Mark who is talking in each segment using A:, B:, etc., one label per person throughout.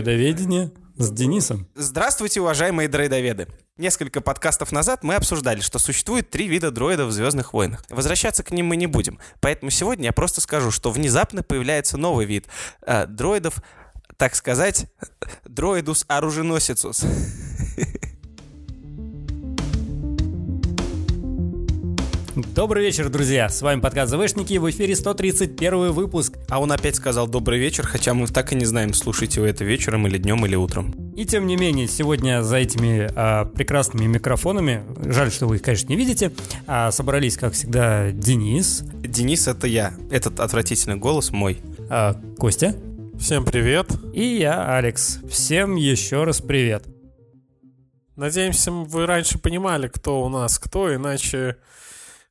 A: Дроидоведение с Денисом.
B: Здравствуйте, уважаемые дроидоведы! Несколько подкастов назад мы обсуждали, что существует три вида дроидов в «Звездных войнах». Возвращаться к ним мы не будем, поэтому сегодня я просто скажу, что внезапно появляется новый вид э, дроидов, так сказать, дроидус-оруженосицус.
A: Добрый вечер, друзья! С вами подкаст «ЗВшники» в эфире 131 выпуск.
B: А он опять сказал «добрый вечер», хотя мы так и не знаем, слушаете вы это вечером или днем или утром.
A: И тем не менее, сегодня за этими а, прекрасными микрофонами, жаль, что вы их, конечно, не видите, а, собрались, как всегда, Денис,
B: Денис — это я. Этот отвратительный голос мой.
A: а, Костя
C: Всем привет.
A: и я, Алекс. Всем еще раз привет.
C: Надеемся, вы раньше понимали, кто у нас кто, иначе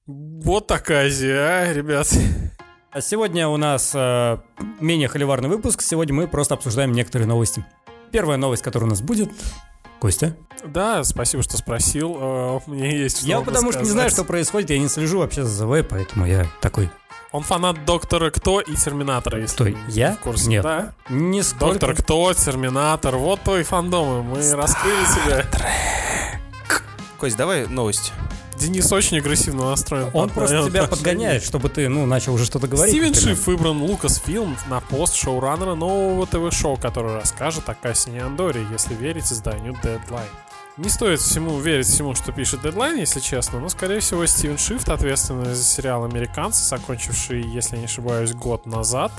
C: вот такая Азия, а, ребят.
A: А сегодня у нас э, менее холиварный выпуск. Сегодня мы просто обсуждаем некоторые новости. Первая новость, которая у нас будет... Костя?
C: Да, спасибо, что спросил. Э, Мне есть что
A: я потому что не знаю, что
C: рассказать.
A: происходит, я не слежу вообще за ЗВ, поэтому я такой...
C: Он фанат Доктора Кто и Терминатора, если
A: Стой,
C: вы
A: я?
C: в курсе.
A: Нет.
C: Да.
A: Не столько...
C: Доктор Кто, Терминатор, вот твои фандомы, мы раскрыли тебя.
B: Кость, давай новость.
C: Денис очень агрессивно настроен.
A: Он
C: Понятно.
A: просто тебя подгоняет, чтобы ты, ну, начал уже что-то говорить.
C: Стивен
A: например.
C: Шиф выбран Лукасфилм на пост шоураннера нового ТВ-шоу, который расскажет о Кассине Андоре, если верить изданию Deadline. Не стоит всему верить всему, что пишет Deadline, если честно, но, скорее всего, Стивен Шифт, ответственный за сериал «Американцы», закончивший, если не ошибаюсь, год назад,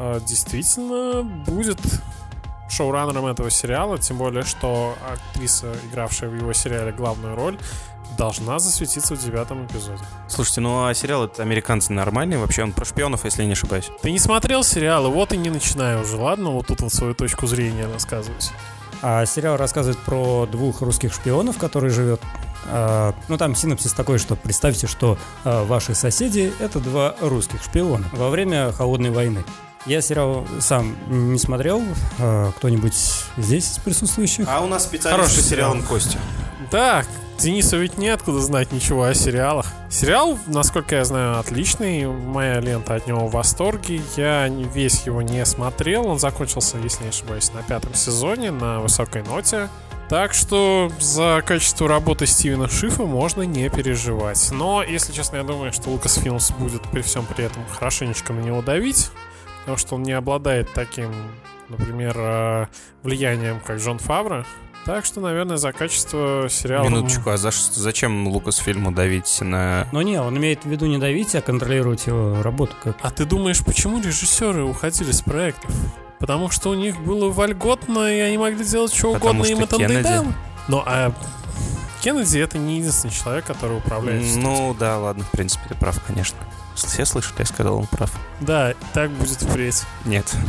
C: э, действительно будет шоураннером этого сериала, тем более, что актриса, игравшая в его сериале главную роль, должна засветиться в девятом эпизоде.
B: Слушайте, ну а сериал этот американцы нормальный вообще? Он про шпионов, если я не ошибаюсь.
C: Ты не смотрел сериалы, вот и не начинай уже, ладно? Вот тут вот свою точку зрения рассказывать.
A: А сериал рассказывает про двух русских шпионов, которые живет. э, ну там синапсис такой, что представьте, что э, ваши соседи это два русских шпиона во время холодной войны. Я сериал сам не смотрел. Э, кто-нибудь здесь из присутствующих?
B: А у нас специалист
C: Хороший
B: по
C: сериал.
B: сериалам Костя.
C: Так, Денису ведь неоткуда знать ничего о сериалах. Сериал, насколько я знаю, отличный. Моя лента от него в восторге. Я не- весь его не смотрел. Он закончился, если не ошибаюсь, на пятом сезоне, на высокой ноте. Так что за качество работы Стивена Шифа можно не переживать. Но, если честно, я думаю, что Лукас Филмс будет при всем при этом хорошенечко на него давить. Потому что он не обладает таким, например, э, влиянием, как Джон Фавра. Так что, наверное, за качество сериала...
B: Минуточку, а за ш- зачем Лукас фильму давить на...
A: Но не, он имеет в виду не давить, а контролировать его работу. Как...
C: А ты думаешь, почему режиссеры уходили с проектов? Потому что у них было вольготно, и они могли делать что
B: Потому
C: угодно, им
B: что
C: это
B: Кеннеди.
C: надоело. Ну, а Кеннеди это не единственный человек, который управляет.
B: Ну да, ладно, в принципе, ты прав, конечно. С- Все слышали, я сказал, он прав.
C: Да, так будет впредь.
B: Нет.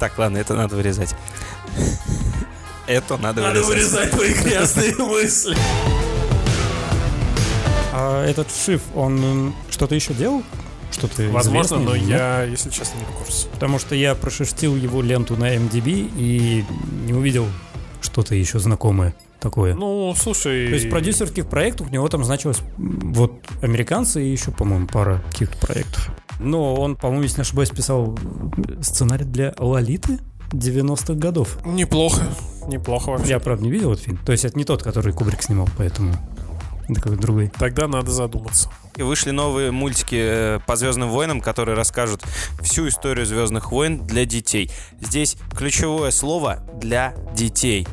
B: Так, ладно, это надо вырезать. Это надо, вырезать.
C: твои грязные мысли.
A: А этот шиф, он м, что-то еще делал? Что-то
C: Возможно,
A: известное
C: но
A: или нет?
C: я, если честно, не в курсе.
A: Потому что я прошерстил его ленту на MDB и не увидел что-то еще знакомое такое.
C: Ну, слушай...
A: То есть в продюсерских проектах у него там значилось м, вот американцы и еще, по-моему, пара каких-то проектов. Но он, по-моему, если не ошибаюсь, писал сценарий для Лолиты 90-х годов.
C: Неплохо. Неплохо вообще.
A: Я, правда, не видел этот фильм. То есть это не тот, который Кубрик снимал, поэтому это как другой.
C: Тогда надо задуматься.
B: И вышли новые мультики э, по Звездным войнам, которые расскажут всю историю Звездных войн для детей. Здесь ключевое слово для детей.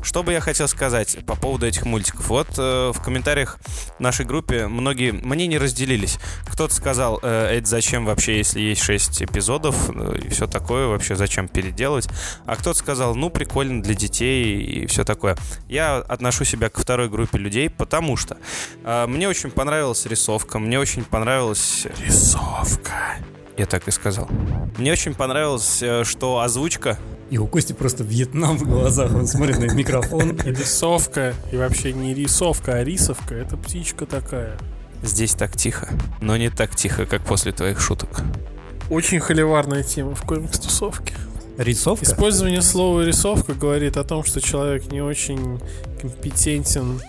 B: Что бы я хотел сказать по поводу этих мультиков? Вот э, в комментариях нашей группе многие мнения разделились. Кто-то сказал, э, это зачем вообще, если есть 6 эпизодов э, и все такое, вообще зачем переделывать? А кто-то сказал, ну прикольно для детей и все такое. Я отношу себя ко второй группе людей, потому что а, Мне очень понравилась рисовка, мне очень понравилась... Рисовка. Я так и сказал. Мне очень понравилось, э, что озвучка...
A: И у Кости просто Вьетнам в глазах. Он смотрит на микрофон.
C: Рисовка, и вообще не рисовка, а рисовка, это птичка такая.
B: Здесь так тихо, но не так тихо, как после твоих шуток.
C: Очень холиварная тема в комикс-тусовке.
A: Рисовка?
C: Использование слова «рисовка» говорит о том, что человек не очень компетентен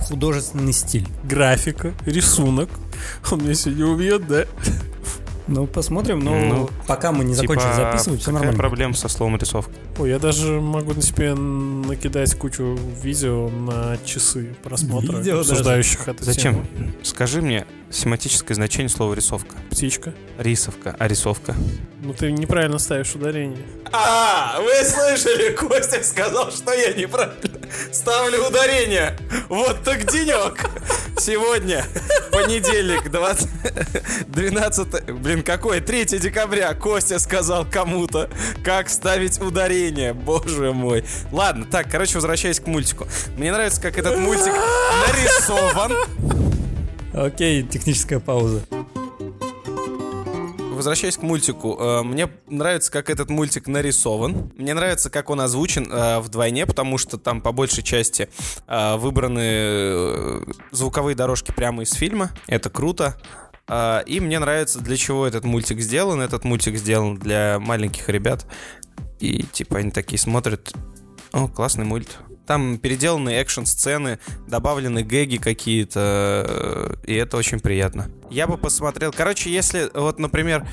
A: Художественный стиль.
C: графика, рисунок. Он меня сегодня убьет, да?
A: Ну, посмотрим, но
B: Ну,
A: пока мы не закончили
B: Типа,
A: записывать, все
B: какая
A: нормально.
B: проблема со словом рисовка?
C: Ой, я даже могу на себе накидать кучу видео на часы просмотра,
A: Видео даже?
C: обсуждающих эту
B: Зачем?
C: тему.
B: Скажи мне семантическое значение слова рисовка.
C: Птичка.
B: Рисовка, а рисовка?
C: Ну ты неправильно ставишь ударение.
B: А, вы слышали, Костя сказал, что я неправильно ставлю ударение. Вот так денек. Сегодня, понедельник, 20 12... Блин, какой? 3 декабря. Костя сказал кому-то, как ставить ударение. Боже мой. Ладно, так, короче, возвращаясь к мультику. Мне нравится, как этот мультик нарисован.
A: Окей, техническая пауза.
B: Возвращаясь к мультику, э, мне нравится, как этот мультик нарисован. Мне нравится, как он озвучен э, вдвойне, потому что там по большей части э, выбраны э, звуковые дорожки прямо из фильма. Это круто. Э, И мне нравится, для чего этот мультик сделан. Этот мультик сделан для маленьких ребят. И типа они такие смотрят. О, классный мульт. Там переделаны экшн-сцены, добавлены гэги какие-то, э, и это очень приятно. Я бы посмотрел... Короче, если, вот, например,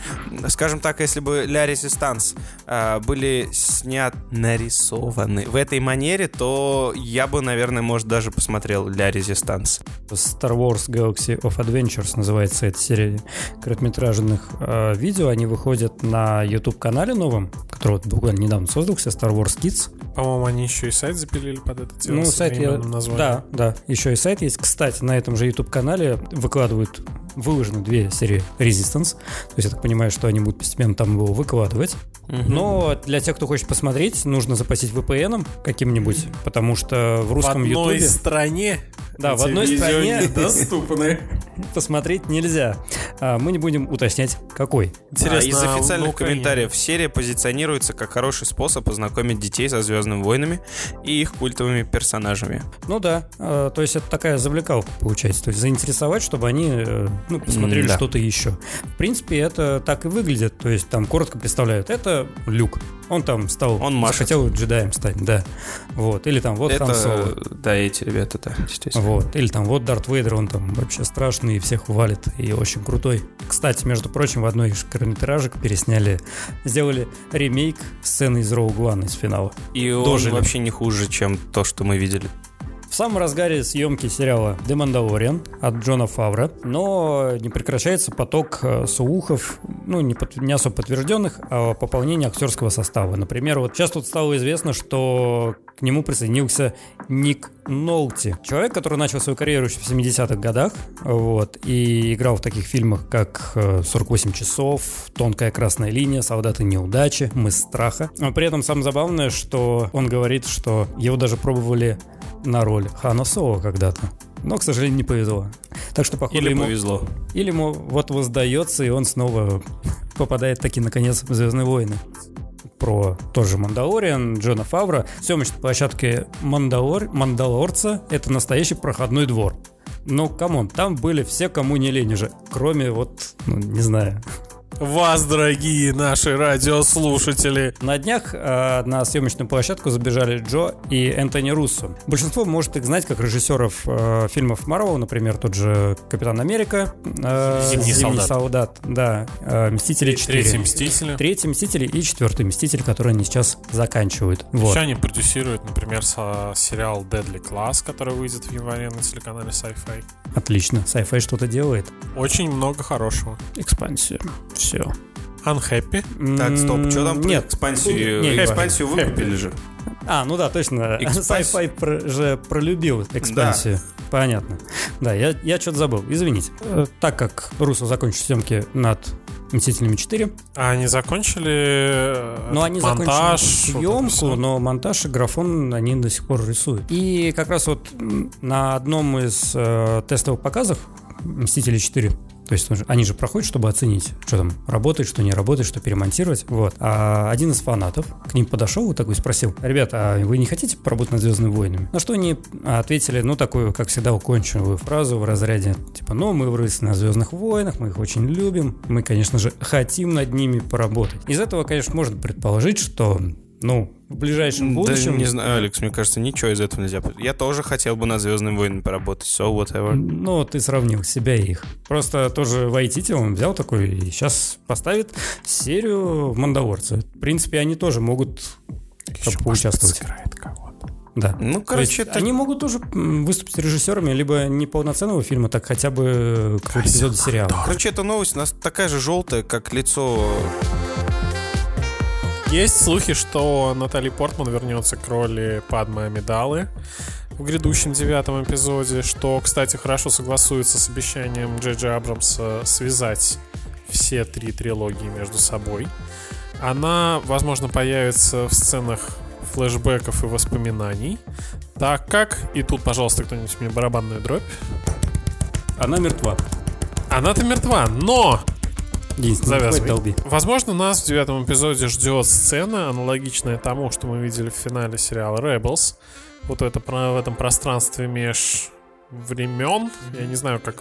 B: скажем так, если бы «Ля Резистанс» э, были снят, нарисованы в этой манере, то я бы, наверное, может, даже посмотрел «Ля Резистанс».
A: Star Wars Galaxy of Adventures называется эта серия короткометражных э, видео. Они выходят на YouTube-канале новом, который вот буквально недавно создался, Star Wars Kids.
C: По-моему, они еще и сайт запилили под это дело.
A: Ну,
C: с
A: сайт я...
C: современным названием.
A: Да, да. Еще и сайт есть. Кстати, на этом же YouTube-канале выкладывают выложены две серии Resistance. То есть я так понимаю, что они будут постепенно там его выкладывать.
B: Ну,
A: Но для тех, кто хочет посмотреть, нужно запастись VPN каким-нибудь, потому что в
C: В
A: русском
C: одной
A: Ютубе
C: стране.
A: Да, в
C: эти
A: одной
C: видео
A: стране.
C: недоступны.
A: посмотреть нельзя. А мы не будем уточнять, какой.
B: А, из
C: а на
B: официальных
C: Украине?
B: комментариев серия позиционируется как хороший способ ознакомить детей со «Звездными войнами» и их культовыми персонажами.
A: Ну да, э, то есть это такая завлекалка получается, то есть заинтересовать, чтобы они э, ну, посмотрели
B: М-да.
A: что-то еще. В принципе, это так и выглядит, то есть там коротко представляют, это Люк, он там стал,
B: Он машет.
A: хотел джедаем стать, да, вот, или там вот
B: это, э,
A: Хан Соло.
B: да, эти ребята, да, естественно.
A: Вот. Или там вот Дарт Вейдер, он там вообще страшный и всех валит, и очень крутой. Кстати, между прочим, в одной из короткометражек пересняли, сделали ремейк сцены из Роуг One из финала.
B: И он
A: Дожили.
B: вообще не хуже, чем то, что мы видели.
A: В самом разгаре съемки сериала «The Mandalorian» от Джона Фавра, но не прекращается поток э, слухов, ну, не, под- не особо подтвержденных, о пополнении актерского состава. Например, вот сейчас тут стало известно, что к нему присоединился Ник Нолти. Человек, который начал свою карьеру еще в 70-х годах, вот, и играл в таких фильмах, как э, «48 часов», «Тонкая красная линия», «Солдаты неудачи», «Мы страха». Но при этом самое забавное, что он говорит, что его даже пробовали на роль Хана Соло когда-то. Но, к сожалению, не повезло. Так что, походу,
B: Или
A: ему...
B: повезло.
A: Или ему вот воздается, и он снова попадает таки, наконец, в «Звездные войны». Про тоже Мандалориан, Джона Фавра. Съемочной площадке Мандалор... Мандалорца — это настоящий проходной двор. Ну, камон, там были все, кому не лень уже. Кроме вот, ну, не знаю,
C: Вас, дорогие наши радиослушатели.
A: На днях э, на съемочную площадку забежали Джо и Энтони Руссо. Большинство может их знать как режиссеров э, фильмов Марвел, например, тот же Капитан Америка, э,
C: «Зимний солдат».
A: солдат», да, э, Мстители 4.
C: Третьи мстители.
A: Третий Мстители и четвертый Мститель, который они сейчас заканчивают. Вот.
C: Еще они продюсируют, например, со- сериал Deadly Class, который выйдет в январе на телеканале Sci-Fi.
A: Отлично. Sci-Fi что-то делает.
C: Очень много хорошего.
A: Экспансия. Все.
C: Unhappy.
B: Так, стоп, что там? про
A: Нет.
B: Экспансию,
A: Не,
B: экспансию выкупили же.
A: А, ну да, точно.
B: Экспанс-
A: Sci-fi про- же пролюбил экспансию. Понятно. Да, я, я что-то забыл, извините. Э, Так как Руссо закончил съемки над «Мстителями 4»,
C: А они закончили э,
A: но Ну, они
C: монтаж,
A: закончили
C: вот это
A: съемку,
C: всё?
A: но монтаж и графон они до сих пор рисуют. И как раз вот м, на одном из э, тестовых показов «Мстители 4», то есть он же- они же проходят, чтобы оценить, что там работает, что не работает, что перемонтировать. Вот. А один из фанатов к ним подошел вот такой и спросил, ребята, а вы не хотите поработать над «Звездными войнами»? На что они ответили, ну, такую, как всегда, уконченную фразу в разряде, типа, ну, мы выросли на «Звездных войнах», мы их очень любим, мы, конечно же, хотим над ними поработать. Из этого, конечно, можно предположить, что Ну, в ближайшем будущем...
B: Да, не знаю, Алекс, мне кажется, ничего из этого нельзя. Я тоже хотел бы над Звездными войнами поработать, so whatever.
A: Ну, ты сравнил себя и их. Просто тоже Вайтити, он взял такой и сейчас поставит серию в Мандалорце. В принципе, они тоже могут
C: Ещё, может,
A: поучаствовать.
C: подсыграет кого-то.
A: Да.
B: Ну,
A: То есть
B: короче, это...
A: Они могут тоже м, выступить режиссерами либо не полноценного фильма, так хотя бы какого-то эпизода сериала.
B: Короче, эта новость у нас такая же желтая, как лицо...
C: Есть слухи, что Натали Портман вернется к роли Падмы Амидалы в грядущем девятом эпизоде, что, кстати, хорошо согласуется с обещанием Джей Джей Абрамса связать все три трилогии между собой. Она, возможно, появится в сценах флешбеков и воспоминаний, так как, и тут, пожалуйста, кто-нибудь мне барабанную дробь,
A: Она мертва.
C: она-то мертва, но
A: Единственное,
C: Завязывай.
A: хватит долби.
C: Возможно, нас в девятом эпизоде ждет сцена, аналогичная тому, что мы видели в финале сериала Rebels. Вот это про- в этом пространстве меж времен. Я не знаю, как.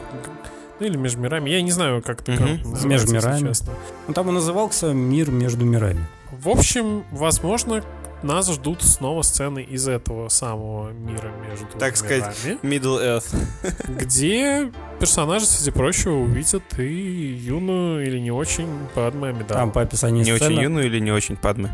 C: Ну или между мирами. Я не знаю, как это
B: Мгм.
C: как называется,
A: Между
C: если
A: мирами.
C: честно.
A: Ну, там он назывался «Мир между мирами».
C: В общем, возможно, нас ждут снова сцены из этого самого мира между
B: Так сказать,
C: мирами,
B: Middle Earth.
C: где персонажи, среди прочего, увидят и юную или не очень Падме
A: Там
C: Амидалу.
A: по описанию
B: Не очень
A: сцены-
B: юную или не очень Падме?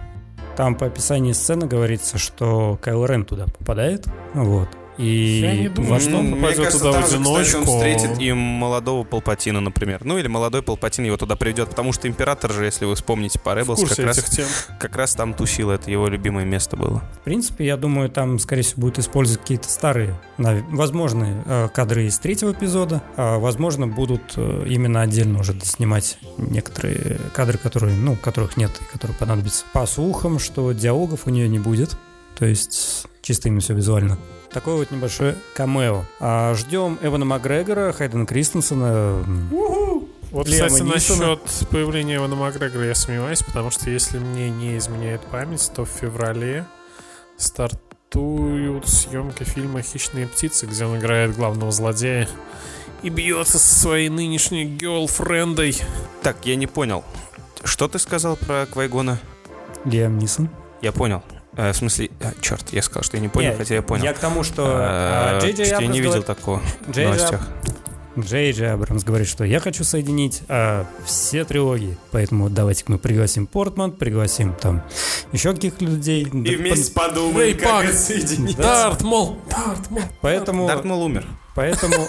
A: Там по описанию сцены говорится, что Кайл Рен туда попадает. Вот. И
C: Я не думаю,
A: во
C: что
A: что-
C: он
B: М,
C: попадет
B: мне кажется,
C: туда в
B: там же, кстати,
C: одиночку.
B: он встретит и молодого Палпатина, например. Ну или молодой Палпатин его туда приведет, потому что Император же, если вы вспомните по
C: в
B: Rebels, как
C: курсе этих
B: раз,
C: тем.
B: как раз там тусил, это его любимое место было.
A: В принципе, я думаю, там, скорее всего, будут использовать какие-то старые, нав- возможные э, кадры из третьего эпизода. А, возможно, будут э, именно отдельно уже снимать некоторые кадры, которые, ну, которых нет и которые понадобятся. По слухам, что диалогов у нее не будет. То есть чисто именно все визуально. Такое вот небольшое камео. А, ждем Эвана Макгрегора, Хайдена Кристенсена. м,
C: Вот,
A: Лиама
C: кстати,
A: Нисона.
C: насчет появления Эвана Макгрегора я сомневаюсь, потому что если мне не изменяет память, то в феврале стартуют съемки фильма «Хищные птицы», где он играет главного злодея и бьется со своей нынешней герлфрендой.
B: Так, я не понял. Что ты сказал про Квайгона?
A: Лиам Нисон.
B: Я понял. Э, в смысле, а, черт, я сказал, что я не понял,
A: Не,
B: хотя я понял.
A: Я к тому, что
B: Э,
A: а, Джей Джей
B: что я
A: Абрамс
B: не видел
A: говорит-
B: такого в
A: Джей Джей
B: новостях.
A: Джей Джей Абрамс говорит, что я хочу соединить а, все трилогии. Поэтому давайте мы пригласим Портман, пригласим там еще каких-то людей. Да,
B: подумаем,
C: как Рэй Пак. это
B: соединить.
C: Дарт, мол, Дарт, мол.
A: по- Поэтому...
B: Дартмул умер.
A: Поэтому...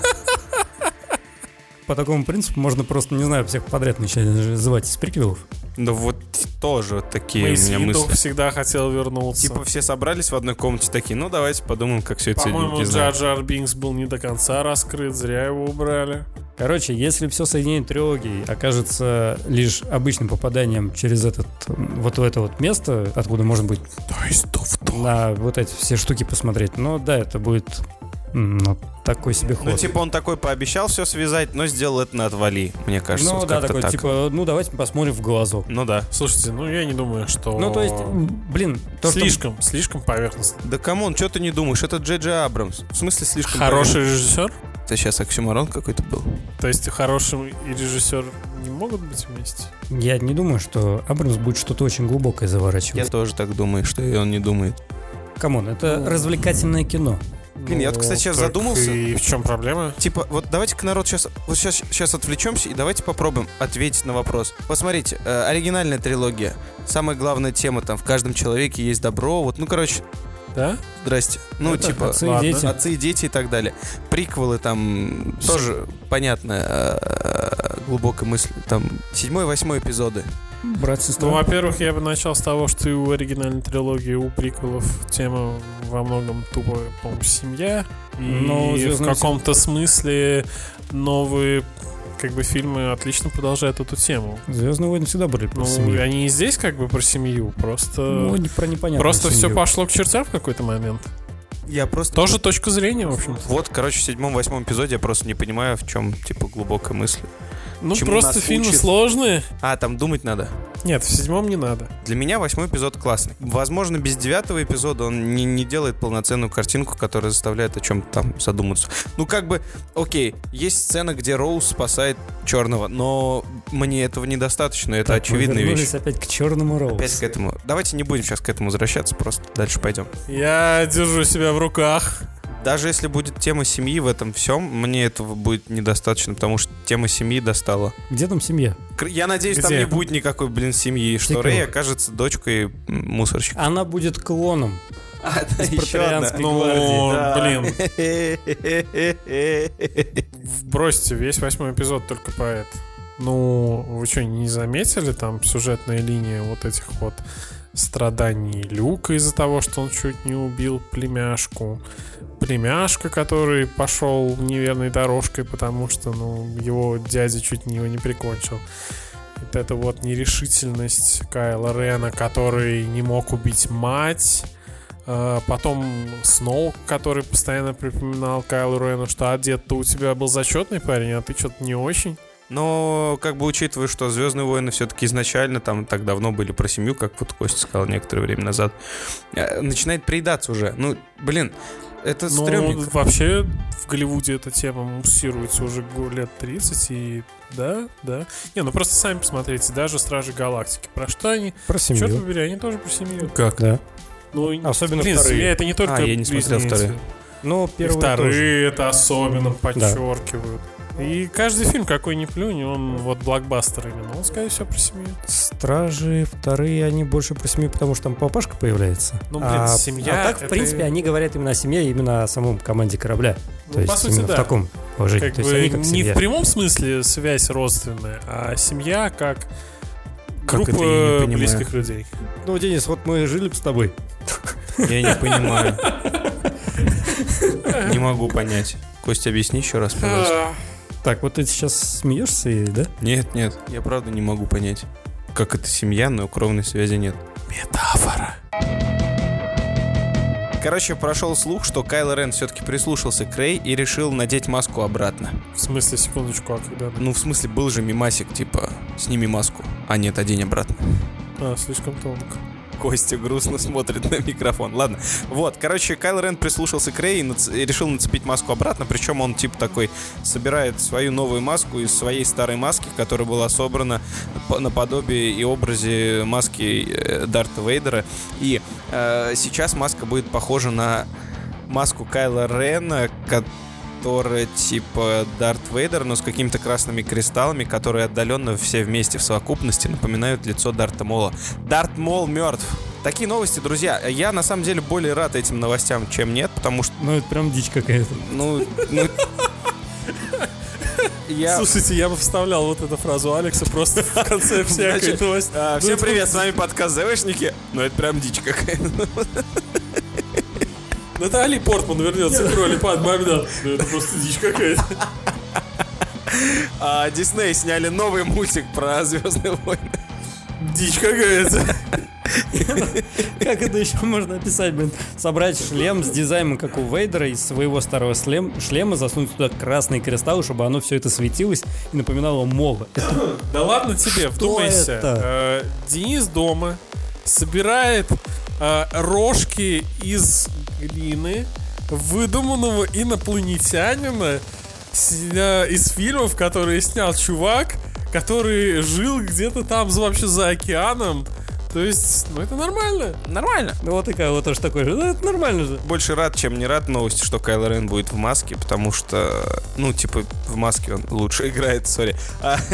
A: По такому принципу можно просто, не знаю, всех подряд начать называть из приквелов.
B: Да вот тоже такие у
C: Мейс
B: меня
C: Винду
B: мысли.
C: всегда хотел вернуться.
B: Типа все собрались в одной комнате такие, ну давайте подумаем, как все это соединить.
C: По-моему,
B: Не знаю.
C: Джар Джар Бинкс был не до конца раскрыт, зря его убрали.
A: Короче, если все соединение трилогии окажется лишь обычным попаданием через этот, м, вот в это вот место, откуда можно будет
C: То есть
A: на вот эти все штуки посмотреть. Но да, это будет м, ну, такой себе ход.
B: Ну, типа, он такой пообещал все связать, но сделал это на отвали, мне кажется.
A: Ну,
B: вот
A: да,
B: как-то
A: такой,
B: так.
A: типа, ну давайте посмотрим в глазу.
B: Ну да.
C: Слушайте, ну я не думаю, что...
A: Ну, то есть, м, блин, то, что-
C: слишком, слишком поверхностно.
B: Да камон, что ты не думаешь? Это Джей Джей Абрамс. В смысле слишком...
C: Хороший режиссер?
B: поверх- Это сейчас оксюмарон какой-то был.
C: То есть хорошим и режиссер не могут быть вместе?
A: я не думаю, что Абрамс будет что-то очень глубокое
B: Я
A: заворачивать.
B: тоже так думаю, что и он не думает.
A: Камон, это
B: Ну.
A: развлекательное кино.
B: Блин, я вот, кстати, сейчас
C: Ну, так
B: задумался.
C: И в чем проблема?
B: Типа, вот давайте-ка народ сейчас, вот сейчас, сейчас отвлечемся и давайте попробуем ответить на вопрос. Вот смотрите, э, оригинальная трилогия. Самая главная тема там, в каждом человеке есть добро. Вот, ну, короче,
C: Да?
B: здрасте. Ну,
C: Это
B: типа,
A: Отцы и
C: ладно.
A: дети.
B: отцы и дети и так далее. Приквелы там тоже, понятно, э, глубокая мысль. Там седьмой, восьмой эпизоды.
A: Брат, сестра.
C: Ну,
B: а
C: во-первых, я бы начал с того, что и у оригинальной трилогии, у приквелов тема во многом тупо, по-моему, семья. И
A: Ну,
C: в
A: «Звездные войны».
C: каком-то смысле новые как бы фильмы отлично продолжают эту тему.
A: Звездные войны всегда были про
C: Ну,
A: семью.
C: они и здесь как бы про семью, просто...
A: Ну, не про непонятную
C: Просто все
A: семью.
C: пошло к чертям в какой-то момент.
B: Я просто...
C: Тоже точка зрения, в общем-то.
B: Вот, короче, в седьмом-восьмом эпизоде я просто не понимаю, в чем, типа, глубокая мысль.
C: Ну,
B: чему
C: просто
B: нас
C: фильмы
B: учит.
C: сложные.
B: А, там думать надо.
C: Нет, в седьмом не надо.
B: Для меня восьмой эпизод классный. Возможно, без девятого эпизода он не, не делает полноценную картинку, которая заставляет о чем-то там задуматься. Ну, как бы, окей, есть сцена, где Роуз спасает черного, но мне этого недостаточно, это
A: Так, мы
B: очевидная
A: вернулись
B: вещь.
A: опять к черному роу.
B: Опять к этому. Давайте не будем сейчас к этому возвращаться, просто дальше пойдем.
C: Я держу себя в руках.
B: Даже если будет тема семьи в этом всем, мне этого будет недостаточно, потому что тема семьи достала.
A: Где там семья?
B: Кр- Я надеюсь, там
C: Где?
B: не будет никакой, блин, семьи, что
A: Тыквы.
B: Рэй окажется дочкой м, мусорщика.
A: Она будет клоном. Патрианской
C: Ну,
A: гвардии.
C: блин,
B: блин.
C: бросьте весь восьмой эпизод только про это. Ну, вы что, не заметили там сюжетные линии вот этих вот страданий Люка из-за того, что он чуть не убил племяшку? Племяшка, который пошел неверной дорожкой, потому что, ну, его дядя чуть не его не прикончил. Вот эта вот нерешительность Кайла Рена, который не мог убить мать. Э, Потом Сноу, который постоянно припоминал Кайлу Рену, что «А, дед, то у тебя был зачетный парень, а ты что-то не очень.
B: Но как бы учитывая, что Звездные войны все-таки изначально там так давно были про семью, как вот Костя сказал некоторое время назад, э, начинает приедаться уже. Ну, блин, это
C: Ну,
B: стрёмненько.
C: вообще в Голливуде эта тема муссируется уже го- лет 30, и да, да. Не, ну просто сами посмотрите, даже Стражи Галактики. Про что они?
A: Про
C: Черт
A: семью.
C: побери, они тоже про семью.
A: Как? Да.
C: Ну,
A: Особенно
C: блин,
A: вторые.
C: семья это не только...
B: А, я не смотрел
C: близнецы.
B: вторые.
A: Ну,
C: И
A: первые
C: вторые
A: тоже.
C: это особенно подчеркивают. И каждый фильм, какой ни плюнь, он вот блокбастер именно. Он, скорее всего, про семью.
A: Стражи, вторые, они больше про семью, потому что там папашка появляется.
C: Ну, блин,
A: а,
C: семья
A: А так, в
C: это-
A: принципе, они говорят именно о семье, именно о самом команде корабля.
C: Ну,
A: То есть,
C: по сути,
A: именно
C: да.
A: в таком положении.
C: Как
A: То есть,
C: бы
A: они как
C: не
A: семья.
C: в прямом смысле связь родственная, а семья как,
B: Как это, я не
C: группа
B: понимаю.
C: близких людей.
A: Ну, Денис, вот мы жили бы с тобой.
B: Я не понимаю. Не могу понять. Костя, объясни еще раз, пожалуйста.
C: А,
A: Так, вот ты сейчас смеешься, и- да?
B: Нет, нет, я правда не могу понять, как это семья, но кровной связи нет. Метафора. Короче, прошел слух, что Кайло Рен все-таки прислушался к Рэй и решил надеть маску обратно.
C: В смысле, секундочку, а когда... она-
B: Ну, в смысле, был же мимасик, типа, сними маску. А нет, одень обратно.
C: А, слишком тонко.
B: Костя грустно смотрит на микрофон. Ладно. Вот, короче, Кайл Рен прислушался к Рэй и, нац- и решил нацепить маску обратно. Причем он, типа, такой собирает свою новую маску из своей старой маски, которая была собрана по- наподобие и образе маски э, Дарта Вейдера. И э, сейчас маска будет похожа на маску Кайла Рена, которая типа Дарт Вейдер, но с какими-то красными кристаллами, которые отдаленно все вместе в совокупности напоминают лицо Дарта Мола. Дарт Мол мертв. Такие новости, друзья. Я на самом деле более рад этим новостям, чем нет, потому что,
A: Ну, это прям дичь какая-то.
B: ну, ну, я...
C: Слушайте, я бы вставлял вот эту фразу Алекса просто в конце всякой
B: Значит,
C: новости.
B: а,
C: Ну,
B: всем
C: это-
B: привет, с вами подкаст «ЗВшники». Ну, это прям дичь какая-то.
C: Натали Портман вернется к роли Пад Мамеда. Ну, это просто дичь какая-то.
B: А, Дисней сняли новый мультик про «Звездные войны».
C: Дичь какая-то.
A: Как это еще можно описать, блин? Собрать шлем с дизайном, как у Вейдера, из своего старого шлем, шлема засунуть туда красный кристалл, чтобы оно все это светилось и напоминало мола. Это
C: Да ладно тебе, вдумайся. Э, Денис дома собирает э, рожки из глины выдуманного инопланетянина с- э, из фильмов, которые снял чувак, который жил где-то там за- вообще за океаном. То есть, ну это нормально.
B: Нормально.
A: ну, вот такая вот тоже такой же. Ну, это нормально же.
B: Больше рад, чем не рад новости, что Кайл Рен будет в маске, потому что, ну, типа, в маске он лучше играет, сори. А,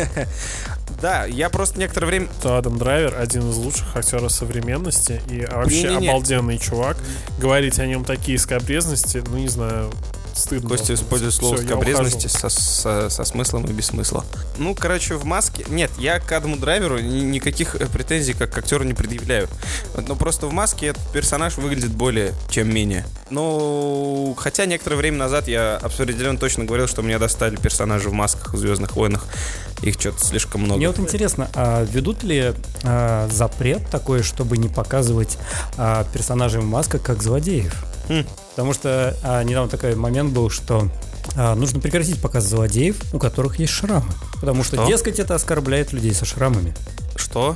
B: Да, я просто некоторое время...
C: что Адам Драйвер один из лучших актеров современности и вообще
B: Не-не-не.
C: обалденный чувак. Говорить о нем такие скобрезности, ну не знаю, стыдно.
B: Костя
C: должно быть.
B: использует слово
C: Всё, я
B: скобрезности
C: ухожу.
B: со, со- со смыслом и без смысла. Ну, короче, в маске... Нет, я к Адаму Драйверу ни- никаких э, претензий как к актеру не предъявляю. Вот, Но просто в маске этот персонаж выглядит более чем менее. Ну, хотя некоторое время назад я определенно точно говорил, что меня достали персонажи в масках в «Звездных войнах». Их что-то слишком много.
A: Мне вот интересно, а ведут ли а, запрет такой, чтобы не показывать а, персонажей в масках как злодеев?
B: Хм.
A: Потому что а, недавно такой момент был, что а, нужно прекратить показ злодеев, у которых есть шрамы. Потому что,
B: Что?
A: дескать, это оскорбляет людей со шрамами.
B: Что?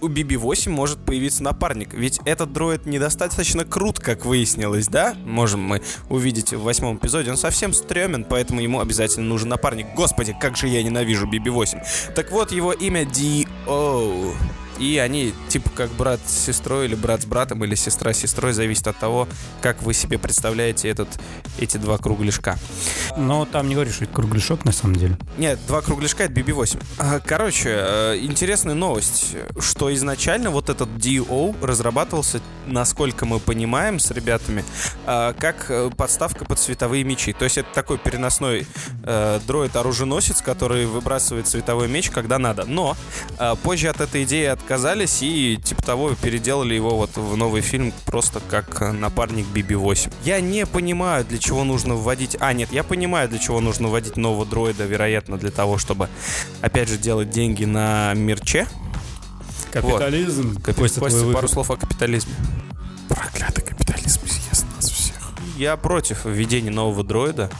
B: У BB-8 может появиться напарник, ведь этот дроид недостаточно крут, как выяснилось, да? Можем мы увидеть в восьмом эпизоде. Он совсем стремен, поэтому ему обязательно нужен напарник. Господи, как же я ненавижу BB-8. Так вот, его имя Ди-Оу. И они типа как брат с сестрой или брат с братом или сестра с сестрой, зависит от того, как вы себе представляете этот, эти два кругляшка.
A: Но там не говоришь, что это кругляшок на самом деле.
B: Нет, два кругляшка это BB-8. А, Короче, э, интересная новость, что изначально вот этот DO разрабатывался, насколько мы понимаем с ребятами, а, как э, подставка под световые мечи. То есть это такой переносной э, дроид-оруженосец, который выбрасывает световой меч, когда надо. Но а, позже от этой идеи отказались и типа того переделали его вот в новый фильм просто как э, напарник BB-8. Я не понимаю, для чего нужно вводить... А, нет, я понимаю, для чего нужно вводить нового дроида, вероятно, для того, чтобы, опять же, делать деньги на мерче.
A: Капитализм.
B: Капи-
A: Костя,
B: Костя,
A: твой
B: пару
A: выход.
B: слов о капитализме.
C: Проклятый капитализм съест нас всех.
B: Я против введения нового дроида.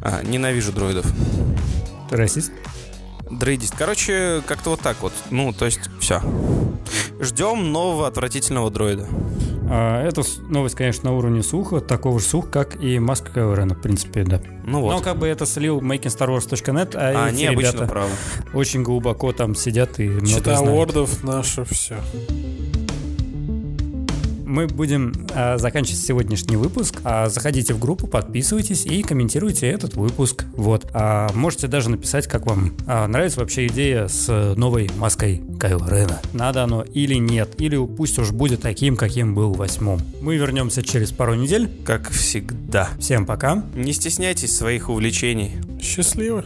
B: А, ненавижу дроидов.
A: Ты расист?
B: Дрейдист. Короче, как-то вот так вот. Ну, то есть, все. Ждем нового отвратительного дроида.
A: А, это с- новость, конечно, на уровне слуха, такого же слуха, как и маска Кэверена, в принципе, да.
B: Ну вот.
A: Но как бы это слил makingstarwars.net, а,
B: а,
A: эти
B: они обычно
A: ребята
B: правы.
A: очень глубоко там сидят и много
C: Чита
A: знают.
C: Уордов Ну наше все.
A: Мы будем а, заканчивать сегодняшний выпуск. А, заходите в группу, подписывайтесь и комментируйте этот выпуск. Вот. А, можете даже написать, как вам а, нравится вообще идея с э, новой маской Кайл Рена. Надо оно или нет. Или пусть уж будет таким, каким был в восьмом. Мы вернемся через пару недель.
B: Как всегда.
A: Всем пока.
B: Не стесняйтесь своих увлечений.
C: Счастливо.